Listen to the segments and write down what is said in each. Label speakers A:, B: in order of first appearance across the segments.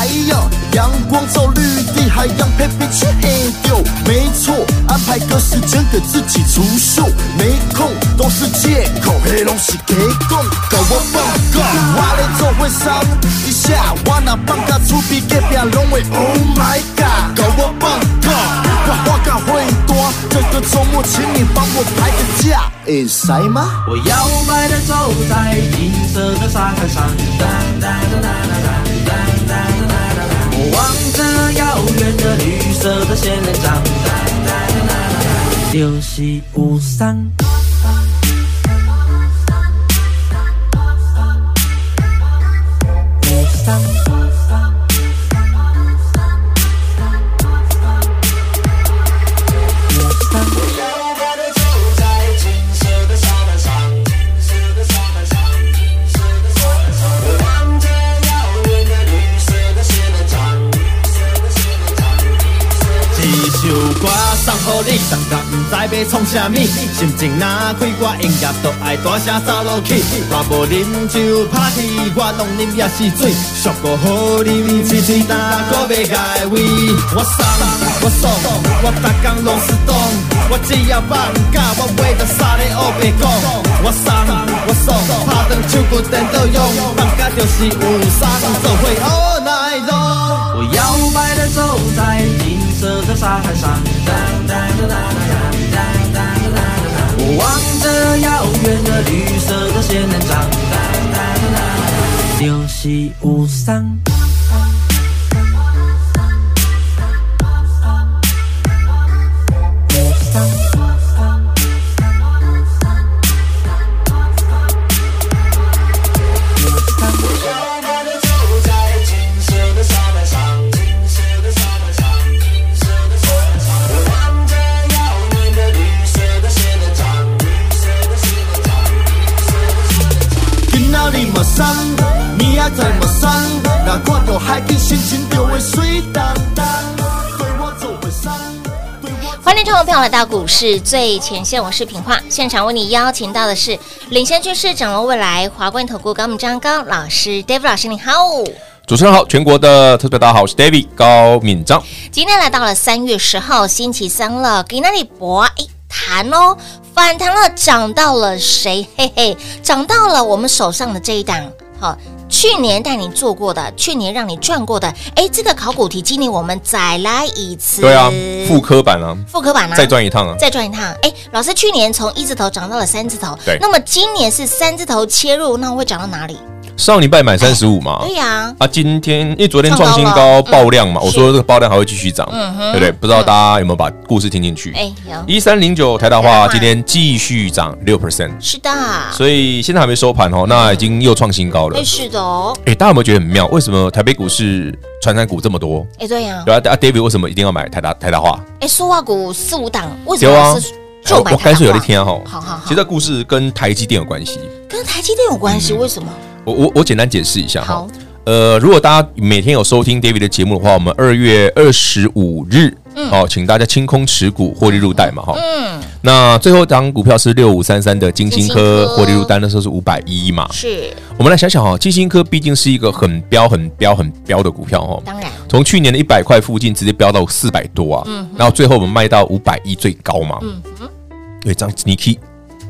A: 啊给自己除锈，没啊空都是借口。黑龙是给供，搞我放狗，我来做会伤一下，我那放假出比隔壁拢会。Oh my god，搞我放狗，我话敢会多。这个周末请你帮我排个假，会使吗？
B: 我摇摆的走在银色的沙滩上，哒哒哒哒哒哒哒哒哒哒。我望着遥远的绿色的仙人掌，哒哒哒哒。六七五三。五三。
C: 好你上甲毋知要创啥物，心情若开，我音乐都爱大声走落去。我无啉酒，party 我拢啉也是水，俗个好啉，吹吹哪个袂解味？我爽，我爽，我逐工拢是动，我只要放假，我袂着三日乌白讲。我爽，我爽，拍断手骨颠倒用，放假就是有三做伙 all night long。
B: 我摇摆的走在金色的沙滩上。我望着遥远的绿色的仙人掌，六七五三。
D: 欢迎听众朋友来到股市最前线，我是品化，现场为你邀请到的是领先趋势、掌握未来华冠投顾高敏章高老师，David 老师，你好。
E: 主持人好，全国的特别大家好，我是 David 高敏章。
D: 今天来到了三月十号星期三了，给那里博哎谈哦，反弹了，涨到了谁？嘿嘿，涨到了我们手上的这一档好。去年带你做过的，去年让你赚过的，哎，这个考古题今年我们再来一次。
E: 对啊，复科版啊，
D: 复科版啊，
E: 再赚一趟啊，
D: 再赚一趟。哎，老师，去年从一字头涨到了三字头，
E: 对，
D: 那么今年是三字头切入，那会涨到哪里？
E: 上礼拜买三十五嘛，
D: 对呀，
E: 啊，今天因为昨天创新高爆量
D: 嗯
E: 嘛，我说这个爆量还会继续涨，对不对？不知道大家有没有把故事听进去？
D: 哎，
E: 一三零九台达化今天继续涨六 percent，
D: 是的，
E: 所以现在还没收盘哦，那已经又创新高了，
D: 是的哦。
E: 哎，大家有没有觉得很妙？为什么台北股市传产股这么多？
D: 哎，对呀，
E: 对啊，啊，David 为什么一定要买台达台达化？
D: 哎，塑化股四五档为什么是？
E: 哎我我该说有一天
D: 哈，好好好，
E: 其实这故事跟台积电有关系，
D: 跟台积电有关
E: 嗯
D: 系，为什么？
E: 我我我简单解释一下
D: 哈。
E: 呃，如果大家每天有收听 David 的节目的话，我们二月二十五日，哦，请大家清空持股，获利入袋嘛，哈。嗯。那最后一档股票是六五三三的金星科，获利入袋那时候是五百一嘛。
D: 是。
E: 我们来想想哈，金星科毕竟是一个很标、很标、很标的股票哦。
D: 当然。
E: 从去年的一百块附近直接飙到四百多啊，嗯。然后最后我们卖到五百一最高嘛，嗯嗯。对，这样你可以，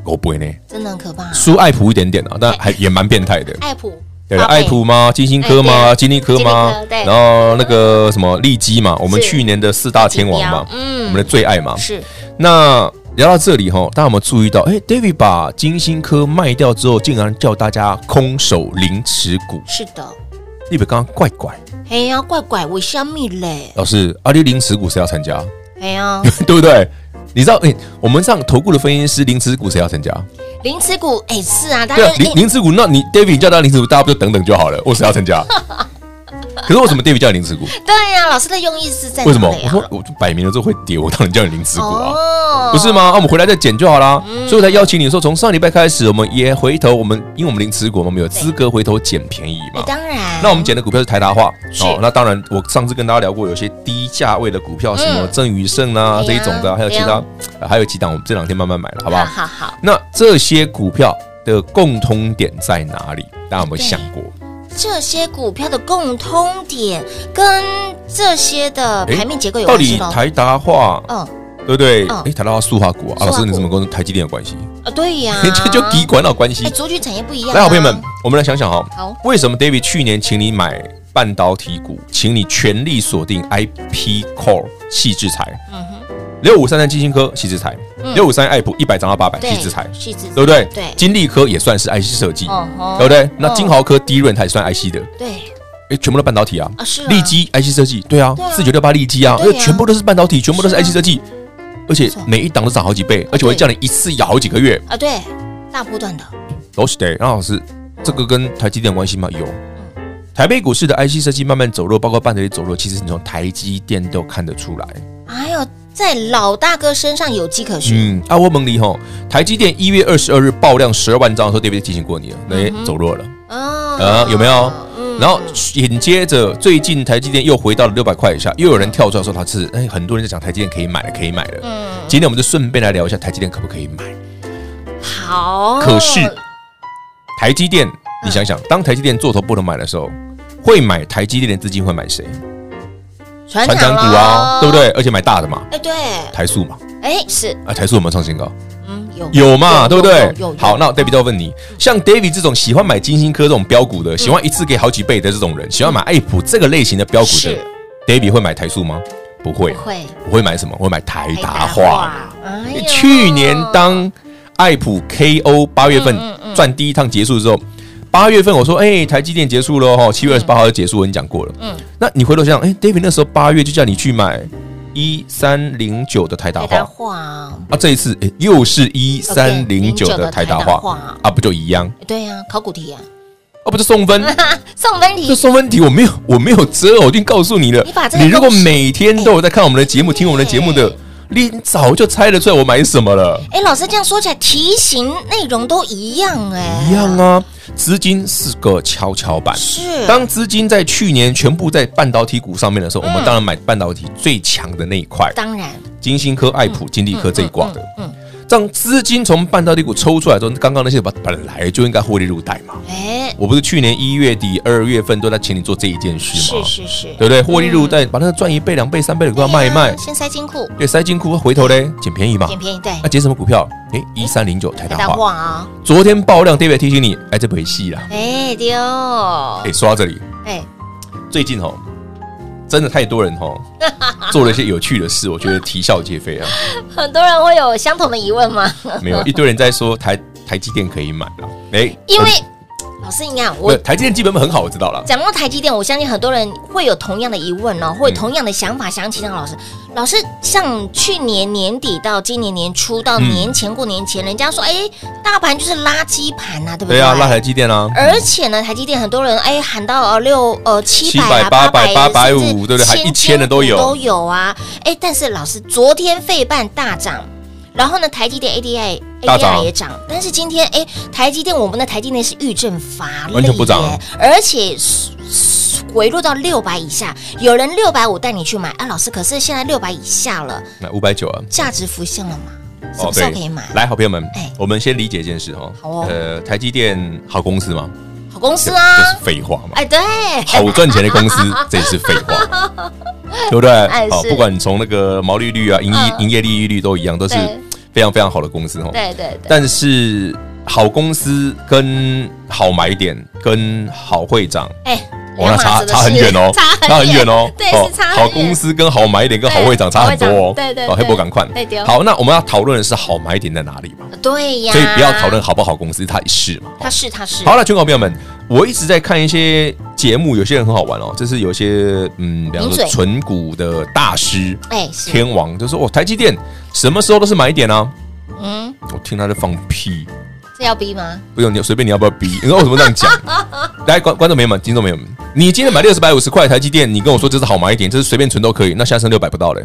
E: 我不会呢，
D: 真的很可怕。
E: 输爱普一点点啊，但还也蛮变态的。
D: 爱普。
E: 啊对了，爱普吗？金星科吗？金立科吗？然后那个什么利基嘛，我们去年的四大天王嘛，嗯，我们的最爱嘛。
D: 是。
E: 那聊到这里哈，大家有没有注意到？哎、d a v i d 把金星科卖掉之后，竟然叫大家空手零持股，
D: 是的，
E: 你别刚刚怪怪。
D: 嘿呀、怪怪，为什么嘞？
E: 老师，啊阿里零持股谁要参加？
D: 嘿呀、
E: 对不对？你知道，哎、我们上投顾的分析师零持股谁要参加？
D: 零持股，哎、是啊，大
E: 对
D: 家
E: 啊，零零持股，那你 David 你叫他零持股，大家不就等等就好了？为谁要参 加？可是为什么 David 叫你零持股？
D: 对呀、老师的用意是在
E: 为什么？
D: 哪里
E: 我
D: 啊
E: 说我摆明了这会跌，我当然叫你零持股啊。
D: 哦嗯
E: 不是吗？啊，我们回来再减就好啦。所以我才邀请你说，从上礼拜开始，我们也回头，我们因为我们零持股嘛，我们有资格回头捡便宜
D: 哎
E: 嘛。
D: 当然，
E: 啊那我们捡的股票是台达化
D: 是
E: 哦，那当然，我上次跟大家聊过，有些低价位的股票，什么
D: 嗯
E: 郑宇盛啊这
D: 对
E: 一
D: 呀
E: 种的，还有其
D: 对
E: 他
D: 呀，
E: 呃还有几档，我们这两天慢慢买了，好不好？
D: 好好好，
E: 那这些股票的共通点在哪里？大家有没有想过？
D: 这些股票的共通点跟这些的
E: 诶
D: 排面结构有
E: 哎到
D: 关系
E: 底
D: 喽。
E: 台达化
D: 嗯，
E: 对不对？
D: 嗯
E: 哎，台达化塑化股啊，
D: 塑
E: 啊
D: 化
E: 老
D: 股
E: 师你怎么跟台积电有关系？，
D: 啊，对呀
E: 这就底管有关系
D: 哎，。族群产业不一样啊。
E: 来，好朋友们，我们来想想哈，
D: 好
E: 为什么 David 去年请你买半导体股，请你全力锁定 IP Core 细制裁，
D: 嗯
E: 六五三三基金科细制裁，六五三爱普一百涨到八百
D: 对，
E: 细制裁，
D: 细制裁，
E: 对不对？
D: 对
E: 金利科也算是 IC 设计，
D: 哦吼
E: 对不对？那金豪科、低润它也算 IC 的，
D: 对
E: 哎，全部都半导体啊
D: 啊，是啊
E: 利基 IC 设计，对啊
D: 对啊，
E: 四九六八利基啊，
D: 对啊
E: 因为全部都是半导体，全部都是
D: 是啊
E: IC 设计，而且
D: 错啊
E: 每一档都涨好几倍，而且我
D: 对
E: 会叫你一次咬好几个月，
D: 啊，对，大波段的，
E: 都是的。那老师，这个跟台积电有关系吗？有。台北股市的 IC 设计慢慢走弱，包括半导体走弱，其实你从台积电都看得出来。
D: 哎呦，在老大哥身上有迹可循。
E: 嗯，阿沃蒙尼吼，台积电一月二十二日爆量十二万张的时候，David 提醒过你了，那也走弱了
D: 哦
E: 啊，有没有？
D: 嗯
E: 然后紧接着最近台积电又回到了六百块以下，又有人跳出来说它是，哎，很多人在讲台积电可以买了，可以买了。今天我们就顺便来聊一下台积电可不可以买。
D: 好，
E: 可是台积电，你想想，当台积电做头不能买的时候，会买台积电的资金会买谁？
D: 船
E: 传长股
D: 咯
E: 啊，对不？对？而且买大的嘛，
D: 哎，对，
E: 台塑嘛，
D: 哎是，
E: 啊，台塑有没有创新高？
D: 嗯，有
E: 有嘛，对不对
D: 有有？有
E: 好，那 David 就要问你，像 David 这种喜欢买金星科这种标股的，喜欢一次给好几倍的这种人，喜欢买爱普这个类型的标股的
D: 是
E: ，David 会买台塑吗？不会，
D: 会
E: 我会买什么？我会买台达
D: 台达
E: 化。
D: 化，哎呦
E: 去年当爱普 KO 八月
D: 嗯
E: 份赚第一趟结束之后，八月份我说，哎、台积电结束了哦，七月二十八号就结束，我已经讲过了。嗯，那你回头想，哎、d a v i d 那时候八月就叫你去买一三零九的台达
D: 台达
E: 化。
D: 化，
E: 啊，这一次、哎又是一三零九的台
D: 台达
E: 达
D: 化
E: 化，啊，不就一样？
D: 对呀，考古题啊，
E: 啊，不就送分？
D: 送分题
E: 这送分题我没有，我没有遮，我已经告诉你了。
D: 你把这个哎
E: 如果
D: 公式
E: 每天都有在看我们的节目、听我们的节目的
D: 对，
E: 你早就猜得出来我买什么了。
D: 哎，老师这样说起来，题型内容都一样哎，
E: 一样啊，资金是个跷跷板。
D: 是
E: 当资金在去年全部在半导体股上面的
D: 嗯
E: 时候，我们当然买半导体最强的那一块，
D: 当然
E: 金星科、爱普、金利科这一挂的。
D: 嗯嗯嗯
E: 当资金从半导体股抽出来之后，刚刚那些本本来就应该获利入袋嘛。
D: 哎，
E: 我不是去年一月底、二月份都在请你做这一件事
D: 是嗯
E: 吗？
D: 是是，
E: 对不对？获利入袋，把那个赚一倍、两倍、三倍的股票卖一卖
D: 对呀，先塞金库，
E: 对，塞金库回头嘞，捡便宜嘛
D: 嗯捡。便宜，对
E: 那，捡什么股票？哎，一三零九台
D: 台达
E: 达化，
D: 化啊，
E: 昨天爆量，David 提醒你，哎，这不会戏啦。
D: 哎丢，
E: 哎，说到这里，
D: 哎，
E: 最近哦，真的太多人 哦，做了一些有趣的事，我觉得啼笑皆非啊。
D: 很多人会有相同的疑问吗？
E: 没有一堆人在说台台积电可以买啊，哎，
D: 因为
E: 呃
D: 老师，你看
E: 不
D: 我
E: 是台积电基本面很好，我知道了。
D: 讲到台积电，我相信很多人会有同样的疑问哦，会有同样的想法。想起那个老师，老师像去年年底到今年年初到
E: 嗯
D: 年前过年前，人家说，哎，大盘就是垃圾盘呐、对不
E: 对
D: 对？
E: 啊，拉台积电啊，
D: 而且呢，台积电很多人哎喊到呃六呃七百啊
E: 700 800
D: 甚至
E: 850对不对还
D: 1000
E: 1000的都有
D: 都有啊。哎，但是老师昨天费半大涨，然后呢，台积电 ADI
E: 大涨
D: ADI 也涨，但是今天哎，台积电我们的台积电是遇震乏力，
E: 完全不涨啊，
D: 而且。呃回落到六百以下，有人六百五带你去买啊，老师，可是现在六百以下了，
E: 那五百九啊。哦
D: 价值浮现了吗？什么时候可以买？
E: 来，好朋友们
D: 哎，
E: 我们先理解一件事哦
D: 好哦。
E: 呃，台积电好公司吗？
D: 好公司
E: 这
D: 啊
E: 这，是废话嘛。
D: 哎，对，
E: 好赚钱的公 司，这也是废话，对不
D: 哎
E: 对？好，
D: 是
E: 不管你从那个毛利率啊、营业
D: 嗯
E: 营业利率都一样，都是
D: 对
E: 非常非常好的公司哦。
D: 对对对，
E: 但是好公司跟好买点跟好会长
D: 哎，
E: 哦，那差
D: 两码子的
E: 差很
D: 事
E: 远哦，
D: 差
E: 很远哦，
D: 对，
E: 哦
D: 是差很
E: 好
D: 远
E: 公司跟好买点跟好会长差很多哦，
D: 对好会长对对
E: 哦，
D: 对
E: 黑博赶快
D: 对对哦，
E: 好，那我们要讨论的是好买点在哪里嘛，
D: 对呀，
E: 所以不要讨论，好不好公司，它也是嘛，
D: 他是他是，
E: 好了，全国朋友们，我一直在看一些节目，有些人很好玩哦，就是有些嗯，比方
D: 名
E: 说
D: 嘴
E: 纯股的大师
D: 哎是
E: 天王，就说哦，台积电什么时候都是买点啊。
D: 嗯，
E: 我听他在放屁，
D: 这要逼吗？
E: 不用你随便你要不要逼？你说我怎么这 样讲？来，观观众朋友们、听众朋友们，你今天买六十百五十块台积电，你跟我说这是好买点，这是随便存都可以，那下升六百不到嘞，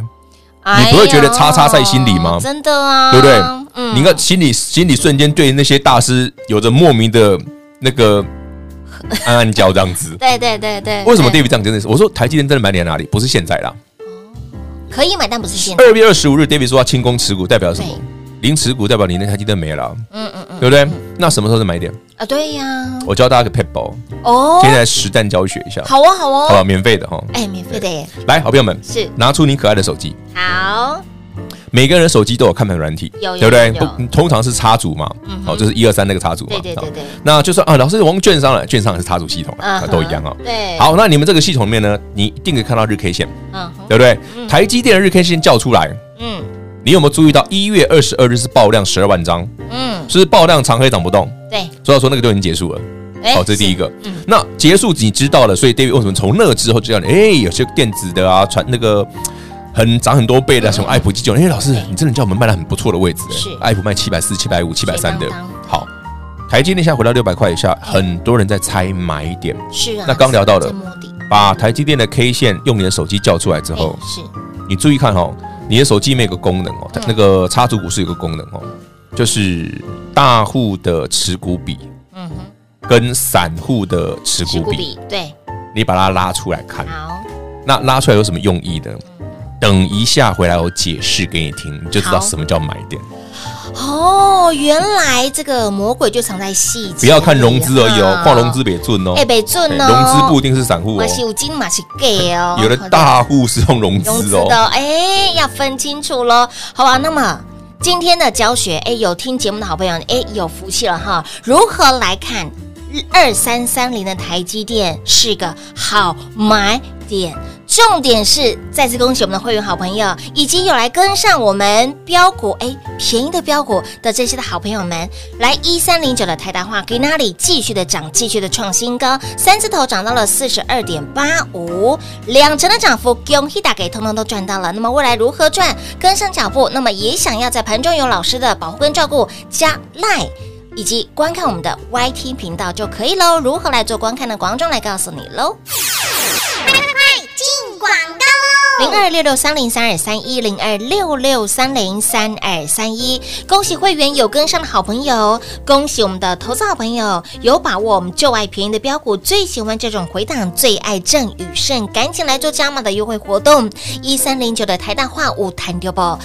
D: 嗯
E: 你不会觉得叉叉在心里吗
D: 哎呦真的啊，
E: 对不对？
D: 嗯，
E: 你看心里心里瞬间对那些大师有着莫名的那 个暗暗叫这样子。
D: 对对对对，
E: 为什么
D: 对
E: David 这样真的是？我说台积电真的买点在哪里？啊不是现在啦。
D: 可以买，但不是现在？
E: 二月二十五日，David 说要清空持股，代表什么？零持股代表你那台积电没了啊，
D: 嗯嗯嗯，
E: 对不对？那什么时候是买点？
D: 啊，对呀，
E: 我教大家个 p e b b l
D: 哦
E: 今，天来实战教学一下，好
D: 好哦好
E: 吧？
D: 哦，
E: 免费的哈。
D: 哎，免费的耶，
E: 来，好朋友们，
D: 是
E: 拿出你可爱的手机。
D: 好，
E: 每个人手机都有看盘软体，
D: 有有
E: 对不对？
D: 有嗯
E: 不，通常是插组嘛，好，就是一二三那个插组嘛。
D: 对对对
E: 好
D: 对
E: 那就算啊，老师，我用券商了，券商也是插组系统啊，
D: 哼
E: 都一样啊。
D: 对，，
E: 好，那你们这个系统里面呢，你一定可以看到日 K 线，
D: 嗯哼
E: 对不对？台积电的日 K 线叫出来，
D: 嗯
E: 你有没有注意到一月二十二日是爆量十二万张，
D: 嗯，
E: 是不是爆量长黑涨不动？
D: 对，
E: 所以说那个就已经结束了。
D: 哎
E: 好，这是第一
D: 个，
E: 个
D: 嗯。
E: 那结束你知道了，所以 David 为什么从那之后就叫你？哎，有些电子的啊，传那个很涨很多倍的啊，什么爱普基金，哎，老师，你真的叫我们卖到很不错的位置。
D: 嗯是
E: 爱普卖七百四、七百五、七百三的
D: 相当。
E: 好，台积电现在回到六百块以下，很多人在猜买点。
D: 是啊，
E: 那刚聊到的
D: 在摸底，
E: 把台积电的 K 线用你的手机叫出来之后
D: 哎，嗯是，
E: 你注意看哦，你的手机里面有个功能哦，它那个插足股市有个功能哦，就是大户的持股比
D: 嗯哼，
E: 跟散户的持
D: 持
E: 股
D: 股
E: 比，
D: 比，对，
E: 你把它拉出来看，
D: 好，
E: 那拉出来有什么用意呢？等一下回来我解释给你听，你就知道
D: 好
E: 什么叫买点。
D: 哦，原来这个魔鬼就藏在细节里啊，
E: 不要看融资而已哦，跨融资别准哦，
D: 啊哎，北准
E: 哎
D: 哦，
E: 融资不一定是散户
D: 嘛
E: 哦，
D: 是有金嘛是 gay 哦，
E: 有的
D: 好
E: 大户是用融
D: 融资
E: 资哦。
D: 的，哎，要分清楚喽，好吧？那么今天的教学，哎，有听节目的好朋友，哎，有福气了哈。如何来看二三三零的台积电是个好买点？重点是再次恭喜我们的会员好朋友，以及有来跟上我们标股哎便宜的标股的这些的好朋友们，来一三零九的台达化给那里继续的涨，继续的创新高，三字头涨到了四十二点八五，两成的涨幅，恭喜大给通通都赚到了。那么未来如何赚，跟上脚步，那么也想要在盘中有老师的保护跟照顾，加赖。以及观看我们的 YT 频道就可以喽。如何来做观看呢？广中来告诉你喽。零二六六三零三二三一零二六六三零三二三一。恭喜会员有跟上的好朋友，恭喜我们的投资好朋友有把握，我们就爱便宜的标股，最喜欢这种回档，最爱郑宇盛，赶紧来做加码的优惠活动，一三零九的台大化五谈丢不？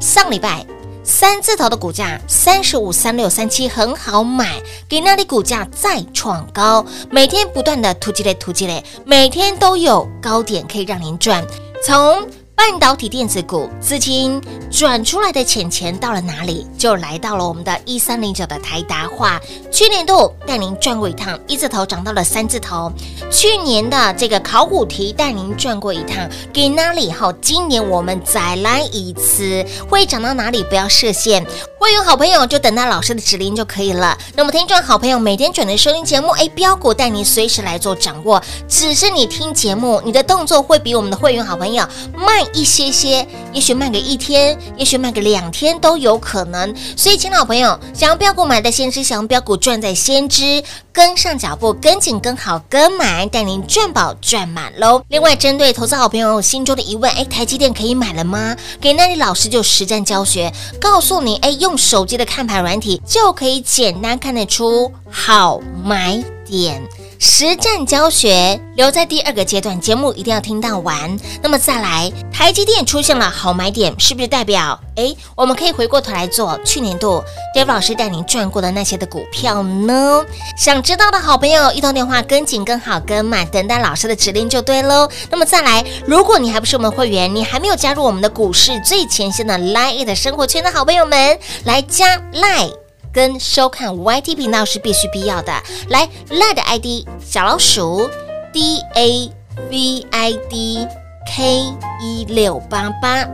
D: 上礼拜。三字头的股价三十五、三六、三七很好买，给那里股价再创高，每天不断的突击嘞突击嘞，每天都有高点可以让您赚。从半导体电子股资金转出来的钱钱到了哪里？就来到了我们的一三零九的台达化，去年度带您转过一趟，一字头涨到了三字头。去年的这个考古题带您转过一趟，给哪里？好，今年我们再来一次，会涨到哪里？不要设限。会员好朋友就等待老师的指令就可以了。那么听众好朋友每天准时收听节目，哎，标股带您随时来做掌握。只是你听节目，你的动作会比我们的会员好朋友慢一些些，也许慢个一天，也许慢个两天都有可能。所以，请老朋友想要标股买在先知，想要标股赚在先知，跟上脚步，跟紧跟好跟满，带您赚饱赚满喽。另外，针对投资好朋友心中的疑问，哎，台积电可以买了吗？给那里老师就实战教学，告诉你，哎，用手机的看盘软体就可以简单看得出好买点。实战教学留在第二个阶段，节目一定要听到完。那么再来，台积电出现了好买点，是不是代表哎，我们可以回过头来做去年度 Dave 老师带您赚过的那些的股票呢？想知道的好朋友，一通电话跟紧、跟好、跟满，等待老师的指令就对喽。那么再来，如果你还不是我们会员，你还没有加入我们的股市最前线的 Line 的生活圈的好朋友们，来加 Line。跟收看 YT 频道是必须必要的。来，赖的 ID 小老鼠 D D A V I D K 一六八八，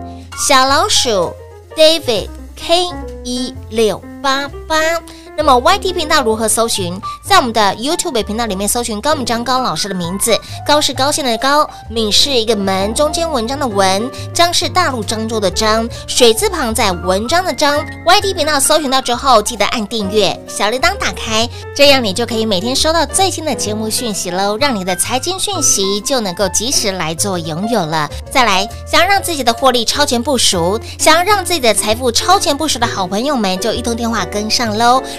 D: 小老鼠 David K 一六八八。那么 YT 频道如何搜寻？在我们的 YouTube 频道里面搜寻高敏章高老师的名字，高是高兴的高，敏是一个门中间文章的文，章是大陆漳州的漳，水字旁在文章的章。YT 频道搜寻到之后，记得按订阅，小铃铛打开，这样你就可以每天收到最新的节目讯息喽，让你的财经讯息就能够及时来做拥有了。再来，想要让自己的获利超前部署，想要让自己的财富超前部署的好朋友们，就一通电话跟上喽，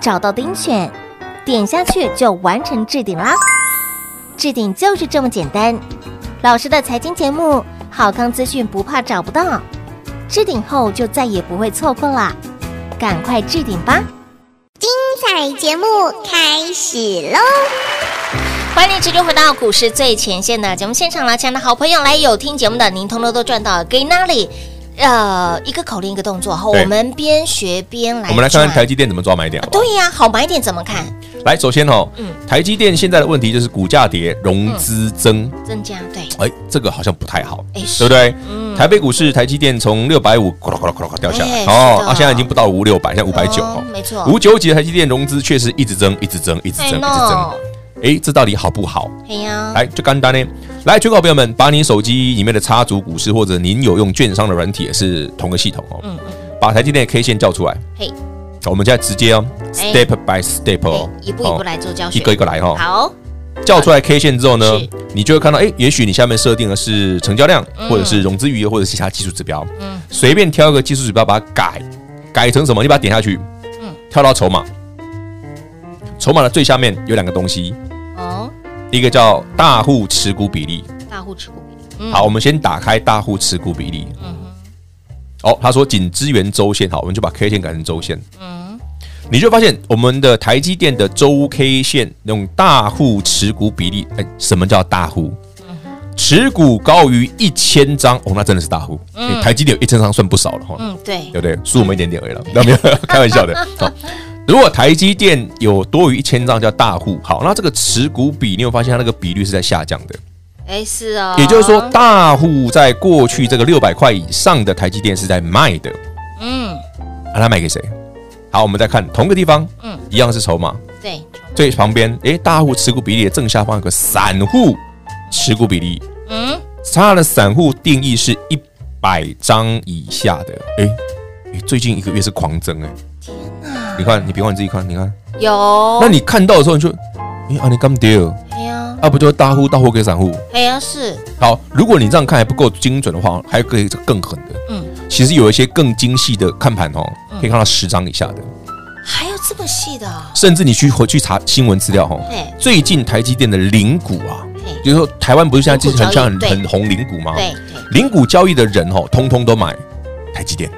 D: 找到钉选，点下去就完成置顶啦。置顶就是这么简单。老师的财经节目，好康资讯不怕找不到，置顶后就再也不会错过啦，赶快置顶吧！
F: 彩节目开始喽！
D: 欢迎你持续回到股市最前线的节目现场了，亲爱的好朋友，来有听节目的您，通通都赚到了。给那里？呃，一个口令一个动作，好，
E: 对
D: 我们边学边来。啊
E: 我们来看看台。积电怎么抓买点好不好。
D: 对呀、好买点怎么看？
E: 来，首先哦
D: 嗯，
E: 台积电现在的问题就是股价跌，融资增，
D: 增加对，
E: 哎，这个好像不太好，
D: 嗯哎是
E: 对不对？台北股市台积电从六百五咕噜咕噜咕噜咕噜掉下
D: 哎
E: 来，
D: 是
E: 哦，
D: 的
E: 啊，现在已经不到五六百，现在五百九
D: 哦
E: 哦，
D: 没错
E: 五九几的台积电融资确实一直增，一直增，一直增，一直增。哎，这到底好不好？
D: 哎呀，
E: 来，就简单呢。来，全国好朋友们，把你手机里面的插足股市，或者您有用券商的软体，也是同个系统哦。把台积电的 K 线叫出来，
D: 嗯嘿，
E: 我们现在直接哦
D: 哎
E: ，step by step
D: 嘿，哎
E: 哦
D: 一步一步
E: 哦，
D: 来做教学，
E: 一个一个来哈。哦
D: 好，
E: 叫出来 K 线之后呢
D: 是，嗯
E: 你就会看到，哎，也许你下面设定的是成交量，或者是融资余额，或者是其他技术指标，随便挑一个技术指标把它改，改成什么？你把它点下去，
D: 嗯
E: 跳到筹码，筹码的最下面有两个东西，
D: 哦，
E: 一个叫大户持股比例，
D: 大户持股比例，嗯
E: 好，我们先打开大户持股比例。哦，他说仅支援周线，好，我们就把 K 线改成周线。嗯，你就发现我们的台积电的周 K 线用大户持股比例，哎，什么叫大户？
D: 嗯
E: 持股高于一千张，哦，那真的是大户。哎台积电有一千张算不少了哦哈。
D: 嗯，对，
E: 对不对？输我们一点点而已了，那 没有开玩笑的。好，如果台积电有多于一千张叫大户，好，那这个持股比你有发现它那个比率是在下降的，
D: 哎是哦，
E: 也就是说，大户在过去这个六百块以上的台积电是在卖的，
D: 嗯，
E: 啊，他卖给谁？好，我们再看同个地方，
D: 嗯
E: 嗯，一样是筹码，
D: 对，
E: 最旁边，诶，大户持股比例的正下方有个散户持股比例，
D: 嗯，
E: 它的散户定义是一百张以下的，诶，诶最近一个月是狂增、诶，天哪！你哦看，你别管你自己看，你看，
D: 有，
E: 那你看到的时候，你就，诶，啊，你干掉，
D: 哎呀，
E: 啊，不就大户大户给散户？
D: 哎呀是，
E: 好，如果你这样看还不够精准的话，还可以更狠的。
D: 嗯
E: 嗯，其实有一些更精细的看盘哦，可以看到十张以下的，
D: 还有这么细的哦，
E: 甚至你去回去查新闻资料哦
D: 嘿。
E: 最近台积电的零股啊
D: 嘿，
E: 就是说台湾不是现在
D: 零股
E: 之前很像
D: 交易
E: 很
D: 对
E: 很红零股吗？
D: 对对，
E: 零股
D: 嗯
E: 交易的人哦，通通都买台积电，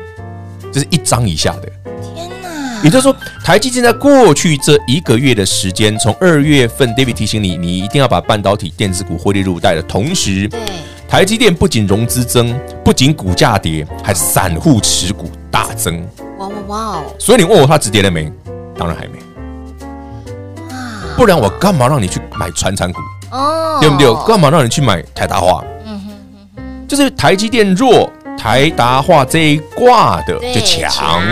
E: 这是一张以下的。
D: 天哪，
E: 也就是说，台积电在过去这一个月的时间，从二月份，David 提醒你，你一定要把半导体电子股获利入袋的同时，
D: 对，
E: 台积电不仅融资增，不仅股价跌，还散户持股大增。
D: 哇哇哇哦，
E: 所以你问我它止跌了没？当然还没。不然我干嘛让你去买传产股？
D: 哦，
E: 对不对？干嘛让你去买台达化？
D: 嗯哼，
E: 就是台积电弱，台达化这一挂的
D: 对
E: 就强
D: 强。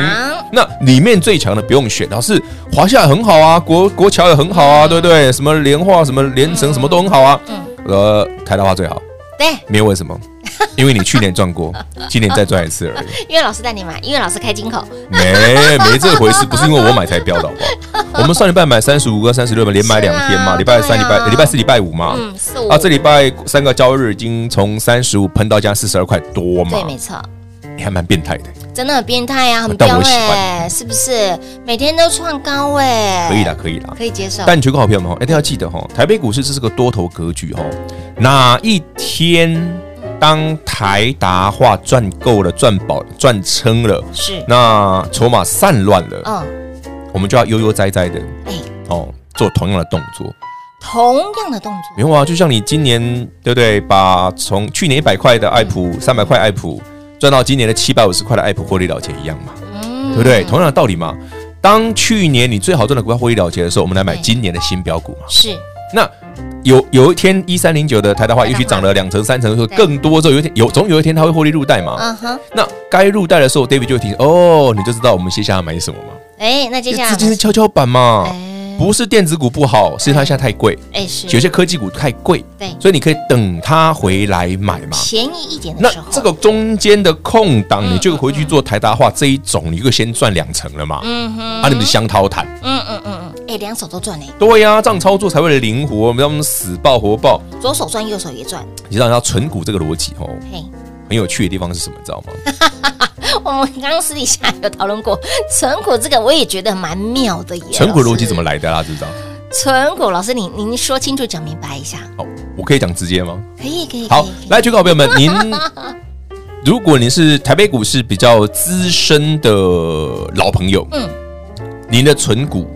E: 那里面最强的不用选，老是华夏很好啊，国国桥也很好
D: 嗯
E: 啊，对不对？什么联化、什么联成，什么都很好啊。呃，台达化最好，
D: 对，
E: 没有为什么，因为你去年赚 过，今年再赚一次而已。
D: 因为老师带你买，因为老师开金口，
E: 没没这回事，不是因为我买才飙的，好不好？我们上礼拜买三十五个、三十六个，连买两天
D: 是
E: 嘛，
D: 啊
E: 礼拜三、
D: 对
E: 礼
D: 啊
E: 拜呃礼拜四、礼拜五嘛。
D: 嗯，四五
E: 啊，这礼拜三个交易日已经从三十五喷到将近四十二块多嘛
D: 对，，没错，
E: 你还蛮变态的，
D: 真的很变态啊，很
E: 但
D: 彪
E: 我喜欢
D: 哎、是不是？每天都创高哎、
E: 可以啦，，可以啦。
D: 可以接受。
E: 但全国好朋友们哦一定要记得哈，台北股市这是个多头格局哈，哪一天当台达化赚够了、赚饱、赚撑了，
D: 是，
E: 那筹码散乱了，
D: 嗯，
E: 我们就要悠悠哉哉的
D: 哎、
E: 哦，做同样的动作。
D: 同样的动作，
E: 没有啊，就像你今年对不对？把从去年一百块的爱普、三百块爱普赚到今年的七百五十块的爱普获利了结一样嘛，
D: 嗯，
E: 对不对？同样的道理嘛。当去年你最好赚的股票获利了结的时候，我们来买
D: 对
E: 今年的新标股嘛。
D: 是，
E: 那有有一天一三零九的台达化，
D: 台达化
E: 也许涨了两成、三成，或者
D: 对
E: 更多之后，有一天有总有一天它会获利入袋嘛。
D: 嗯哼，
E: 那该入袋的时候，David 就会提醒哦，你就知道我们接下来买什么嘛。
D: 哎、那接下来
E: 资金是跷跷板嘛，
D: 哎
E: 不是电子股不好，是它现在太贵。
D: 哎、是，
E: 有些科技股太贵，
D: 对
E: 所以你可以等它回来买嘛。
D: 便宜一点的
E: 那
D: 时候，
E: 这个中间的空档，
D: 嗯
E: 你就回去做台达化这一种，你就先赚两成了嘛。
D: 嗯哼，
E: 啊，你们香掏谈，
D: 嗯嗯嗯嗯，哎、两手都赚嘞、
E: 对呀、这样操作才会灵活，我们要死爆活爆。
D: 左手赚，右手也赚，
E: 你知道，要存股这个逻辑哦，
D: 嘿。
E: 很有趣的地方是什么？你 知道吗？
D: 我们刚刚私底下有讨论过 存股这个，我也觉得蛮妙的耶。
E: 存股
D: 老
E: 逻
D: 师
E: 辑怎么？来的啊啦？知不知道？
D: 存股老师，你您说清楚讲明白一下，
E: 好，我可以讲直接吗？
D: 可以可以。
E: 好
D: 可以可，以
E: 来，全国好朋友们， 您如果您是台北股市比较资深的老朋友，
D: 嗯
E: 嗯，您的存股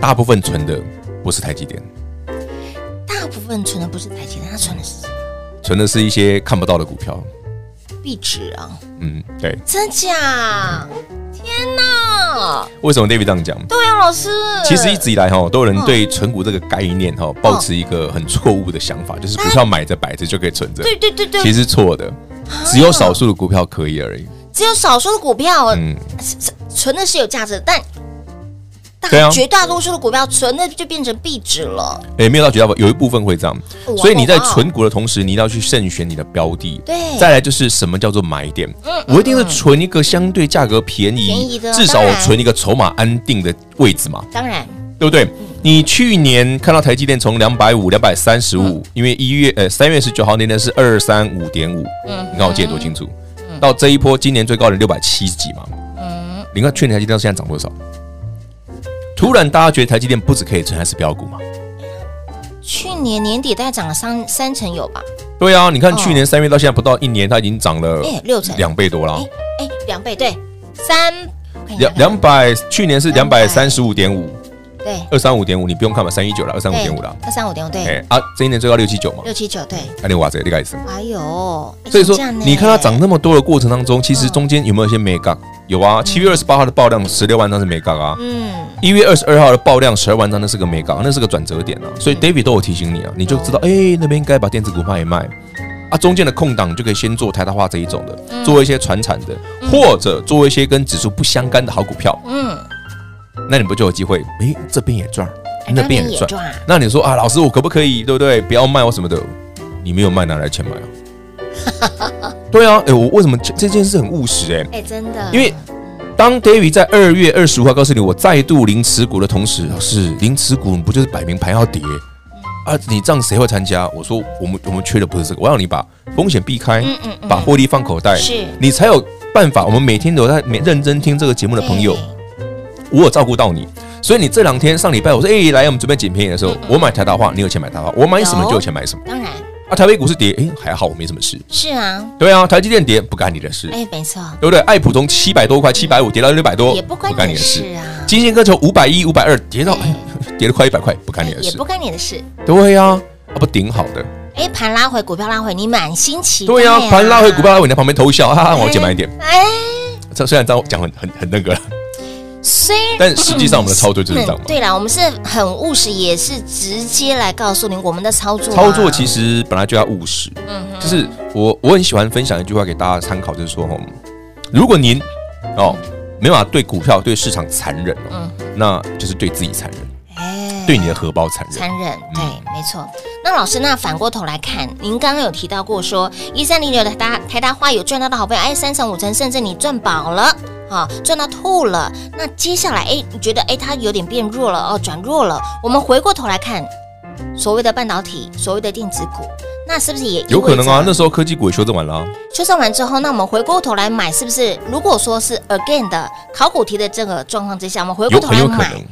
E: 大部分存的不是台积电，
D: 大部分存的不是台积电，他存的是
E: 存的是一些看不到的股票。
D: 壁纸啊，
E: 嗯，对，
D: 真假？天哪！
E: 为什么 David 这样讲？
D: 对啊，老师，
E: 其实一直以来哈，都有人对存股这个概念
D: 哦
E: 哈，抱持一个很错误的想法，就是股票买着摆着就可以存着。
D: 啊对对对对，啊
E: 其实错的，只有少数的股票可以而已。
D: 只有少数的股票、呃
E: 嗯，
D: 是是存的是有价值的，但大
E: 对啊
D: 绝大多数的股票存的就变成壁纸了。
E: 诶，哎没有到绝大部分，有一部分会这样
D: 哦哇。
E: 所以你在存股的同时，你一定要去慎选你的标的。
D: 对
E: 再来就是什么叫做买点？
D: 嗯
E: 我一定是存一个相对价格便宜，
D: 便宜的
E: 至少
D: 当
E: 我
D: 然嗯
E: 存一个筹码安定的位置嘛，
D: 当然，
E: 对不对？你去年看到台积电从两百五、两百三十
D: 嗯
E: 五，因为一月呃三月十九号那天是二三五点五，
D: 嗯
E: 你看我记得多清楚。到这一波，今年最高的六百七十几嘛，
D: 嗯
E: 你看去年台积电到现在涨多少？突然大家觉得台积电不止可以存，还是标股嘛？
D: 去年年底大概涨了三三成有吧？
E: 对啊，你看去年三月到现在不到一年，它已经涨了
D: 哦哎六成
E: 呃两倍多了
D: 哎，哎，两倍对，三我看一下
E: 两两百去年是两百
D: 200
E: 三十五点五，
D: 对
E: 二三五点五，你不用看嘛，三一九了，二三五点五了，，
D: 二三五点五对，
E: 哎啊，这一年最高六七九嘛，
D: 六七九对，
E: 那你哇塞，这个意思。
D: 哎呦，哎
E: 所以说
D: 是这样，呢
E: 你看它涨那么多的过程当中，其
D: 嗯
E: 实中间有没有一些 make up？有啊，七月二十八号的爆量十六万张是 make up 啊，
D: 嗯，
E: 一月二十二号的爆量十二万张那是个 make up，那是个转折点啊。所以 David 都有提醒你啊，你就知道，哎，那边应该把电子股卖一卖啊，中间的空档你就可以先做台达化这一种的，做一些传产的，或者做一些跟指数不相干的好股票，
D: 嗯，
E: 那你不就有机会？哎，这边也赚，
D: 哎
E: 那
D: 那
E: 边也
D: 边也
E: 赚
D: 赚。
E: 那你说啊，老师，我可不可以，对不对？不要卖我什么的，你没有卖，哪来钱买啊？对啊， 哎，我为什么这这件事很务实？哎，
D: 哎，真的，
E: 因为当 David 在二月二十五号告诉你我再度零持股的同时，老师零持股不就是摆明盘要跌
D: 嗯
E: 啊？你这样谁会参加？我说我们我们缺的不是这个，我要你把风险避开，
D: 嗯嗯嗯
E: 把获利放口袋，
D: 是
E: 你才有办法。我们每天都有在每认真听这个节目的朋友，我有照顾到你。所以你这两天上礼拜我说，哎、来我们准备捡便宜的时候，我买台达化，你有钱买台达化；我买什么
D: 嗯有
E: 就有钱买什么。
D: 当然
E: 啊，台北股市跌，哎，还好我没什么事。
D: 是啊，
E: 对啊，台积电跌不干你的事，
D: 哎，没错，
E: 对不对？爱普从七百多块，七百五跌到六百多，
D: 也不关你的事啊
E: 金星科从五百一、五百二跌到哎， 跌了快一百块，不干你的
D: 哎也
E: 事
D: 不。干你的事。
E: 对呀，啊不顶好的。
D: 哎，盘拉回，股票拉回，你满心期待
E: 对呀，盘拉回股票，拉回，你在旁边偷笑，哈哈，
D: 哎
E: 我要减慢一点。
D: 哎，
E: 这虽然这样讲很很很那个，
D: 虽然
E: 但实际上我们的操作就是这样嘛
D: 嗯对啦，我们是很务实，也是直接来告诉你我们的操作啊。嗯
E: 操作其实本来就要务实，就是我我很喜欢分享一句话给大家参考，就是说，哦，如果您哦没办法对股票、对市场残忍哦，那就是对自己残忍，
D: 嗯哎
E: 对你的荷包残忍。
D: 残忍，对，没错。那老师，那反过头来看，您刚刚有提到过说，一三零六的台大台大花有赚到的好朋友，哎，三成五成，甚至你赚饱了。啊，赚到吐了。那接下来，哎，你觉得，哎，它有点变弱了，哦，转弱了。我们回过头来看，所谓的半导体，所谓的电子股，那是不是也意味着
E: 有可能啊，那时候科技股也修正完了、啊，
D: 修正完之后，那我们回过头来买，是不是？如果说是 again 的考古题的这个状况之下，我们回过
E: 有
D: 头
E: 很
D: 来
E: 有可
D: 买
E: 能，。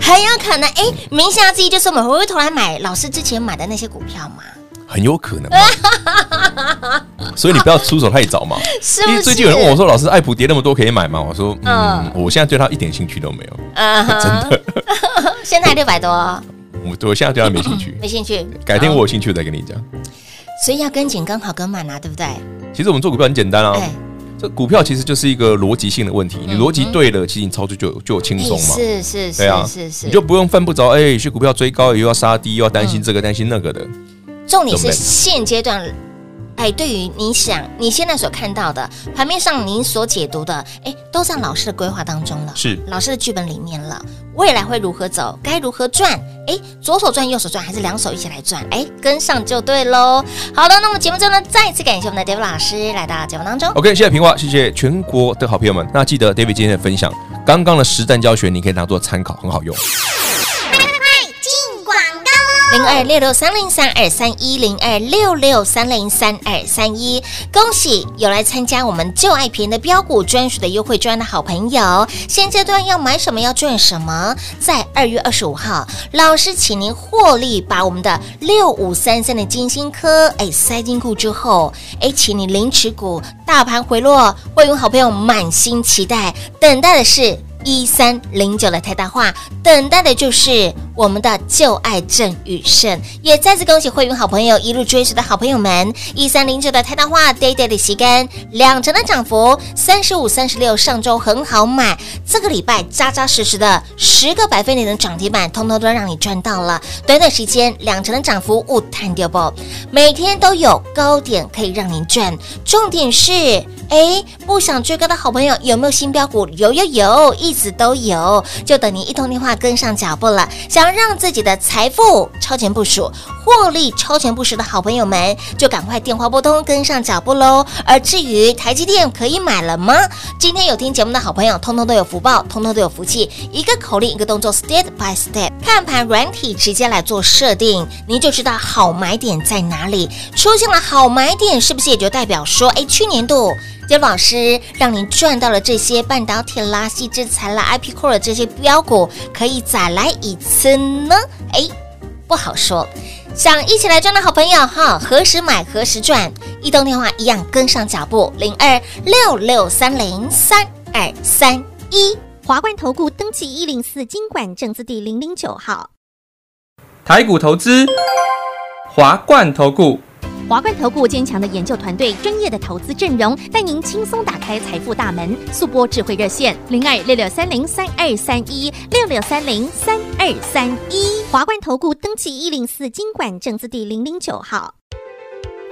D: 很有可能，哎，名下之一就是我们回过头来买老师之前买的那些股票嘛，
E: 很有可能嘛。 所以你不要出手太早嘛。
D: 是
E: 因
D: 不
E: 为
D: 是？
E: 最近有人哦问我说：“老师，爱普跌那么多可以买吗？”我说：“嗯
D: 嗯，
E: 我现在对它一点兴趣都没有，
D: 嗯哼，真的， 现在六百多，
E: 我对我现在对它没兴趣。
D: 没兴趣，
E: 改天我
D: 好，
E: 有兴趣再跟你讲。
D: 所以要跟紧，跟好跟满啊，对不对？
E: 其实我们做股票很简单啊
D: 哎，嗯
E: 这股票其实就是一个逻辑性的问题，你逻辑对了，其实你操作就有就有轻松嘛。
D: 哎是是
E: 对啊
D: 是是，是，嗯
E: 你就不用犯不着哎，有些股票追高又要杀低，又要担心这个担心那个的。
D: 重点
E: 对
D: 是
E: 不对
D: 现阶段，哎，对于你想你现在所看到的盘面上您所解读的，哎，都在老师的规划当中了，
E: 是
D: 老师的剧本里面了。未来会如何走，该如何赚？哎，左手赚，右手赚，还是两手一起来赚？哎，跟上就对喽。好的，那么节目中呢，再次感谢我们的 David 老师来到节目当中。
E: OK，谢谢平花，谢谢全国的好朋友们。那记得 David 今天的分享，刚刚的实战教学你可以拿做参考，很好用。
F: 进广告，
D: 零二六六三零三二三一零二六六三零三二三一。恭喜有来参加我们就爱便宜的标股专属的优惠专的好朋友，现阶段要买什么要赚什么，在二月二十五号，老师请您获利把我们的六五三三的金星科哎塞进库之后，哎，请你零持股，大盘回落，会员好朋友满心期待，等待的是。一三零九的台大话，等待的就是我们的旧爱郑宇胜。也再次恭喜会员好朋友一路追随的好朋友们，一三零九的台大话 day day 的旗杆，两成的涨幅，三十五、三十六，上周很好买，这个礼拜扎扎实实的十个百分点的涨停板，通通都让你赚到了。短短时间，两成的涨幅，勿探掉不？每天都有高点可以让您赚，重点是。哎，不想追高的好朋友有没有新标股？有有有，一直都有，就等你一通电话跟上脚步了。想让自己的财富超前部署、获利超前部署的好朋友们，就赶快电话拨通跟上脚步喽。而至于台积电可以买了吗？今天有听节目的好朋友，通通都有福报，通通都有福气，一个口令一个动作，step by step，看盘软体直接来做设定，您就知道好买点在哪里。出现了好买点，是不是也就代表说，哎，去年度。杰老师让您赚到了这些半导体啦、细制材啦、IP Core 的这些标股，可以再来一次呢？哎，不好说。想一起来赚的好朋友哈，何时买何时赚，移动电话一样跟上脚步，零二六六三零三二三一。
G: 华冠投顾登记一零四经管证字第零零九号。
H: 台股投资，华冠投顾。
G: 华冠投顾坚强的研究团队，专业的投资阵容，带您轻松打开财富大门。速播智慧热线零二六六三零三二三一六六三零三二三一。华冠投顾登记一零四经管证字第零零九号。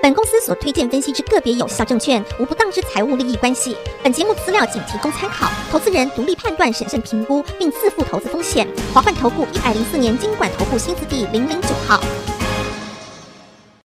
G: 本公司所推荐分析之个别有效证券，无不当之财务利益关系。本节目资料仅提供参考，投资人独立判断、审慎评估，并自负投资风险。华冠投顾一百零四年经管投顾新字第零零九号。